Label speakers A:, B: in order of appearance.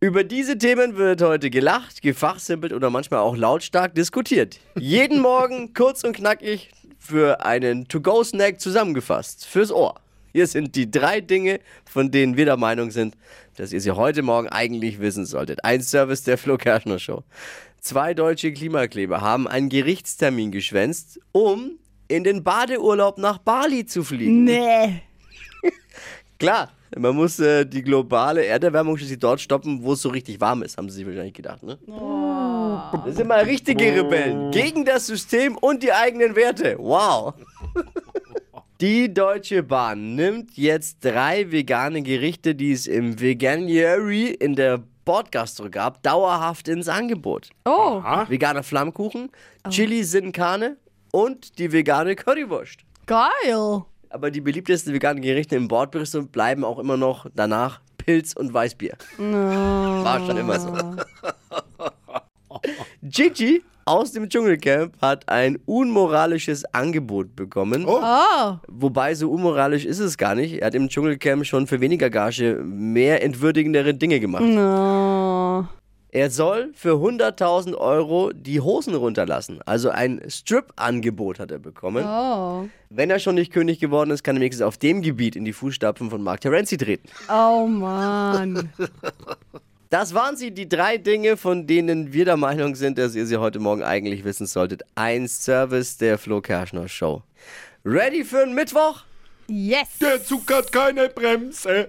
A: Über diese Themen wird heute gelacht, gefachsimpelt oder manchmal auch lautstark diskutiert. Jeden Morgen kurz und knackig für einen To-Go-Snack zusammengefasst, fürs Ohr. Hier sind die drei Dinge, von denen wir der Meinung sind, dass ihr sie heute Morgen eigentlich wissen solltet. Ein Service der Flo Kerschner Show. Zwei deutsche Klimakleber haben einen Gerichtstermin geschwänzt, um in den Badeurlaub nach Bali zu fliegen.
B: Nee.
A: Klar, man muss äh, die globale Erderwärmung schließlich dort stoppen, wo es so richtig warm ist, haben sie sich wahrscheinlich gedacht, ne? Das sind Oh. mal richtige Rebellen. Gegen das System und die eigenen Werte. Wow. Die Deutsche Bahn nimmt jetzt drei vegane Gerichte, die es im Veganuary in der Bordgastro gab, dauerhaft ins Angebot.
B: Oh,
A: Uh-huh.
C: Ah,
A: Veganer Flammkuchen, Chili Sin Carne und die vegane Currywurst.
B: geil.
A: Aber die beliebtesten veganen Gerichte im Bordbericht bleiben auch immer noch danach Pilz und Weißbier. War schon immer so. Gigi aus dem Dschungelcamp hat ein unmoralisches Angebot bekommen.
B: Oh,
A: Wobei, so unmoralisch ist es gar nicht. Er hat im Dschungelcamp schon für weniger Gage mehr entwürdigendere Dinge gemacht.
B: Mhm. no.
A: Er soll für 100.000 Euro die Hosen runterlassen. Also ein Strip-Angebot hat er bekommen.
B: Oh.
A: Wenn er schon nicht König geworden ist, kann er wenigstens auf dem Gebiet in die Fußstapfen von Mark Terenzi treten.
B: Oh Mann.
A: Das waren sie, die drei Dinge, von denen wir der Meinung sind, dass ihr sie heute Morgen eigentlich wissen solltet. Ein Service der Flo Kerschner Show. Ready für einen Mittwoch?
B: Yes.
C: der Zug hat keine Bremse.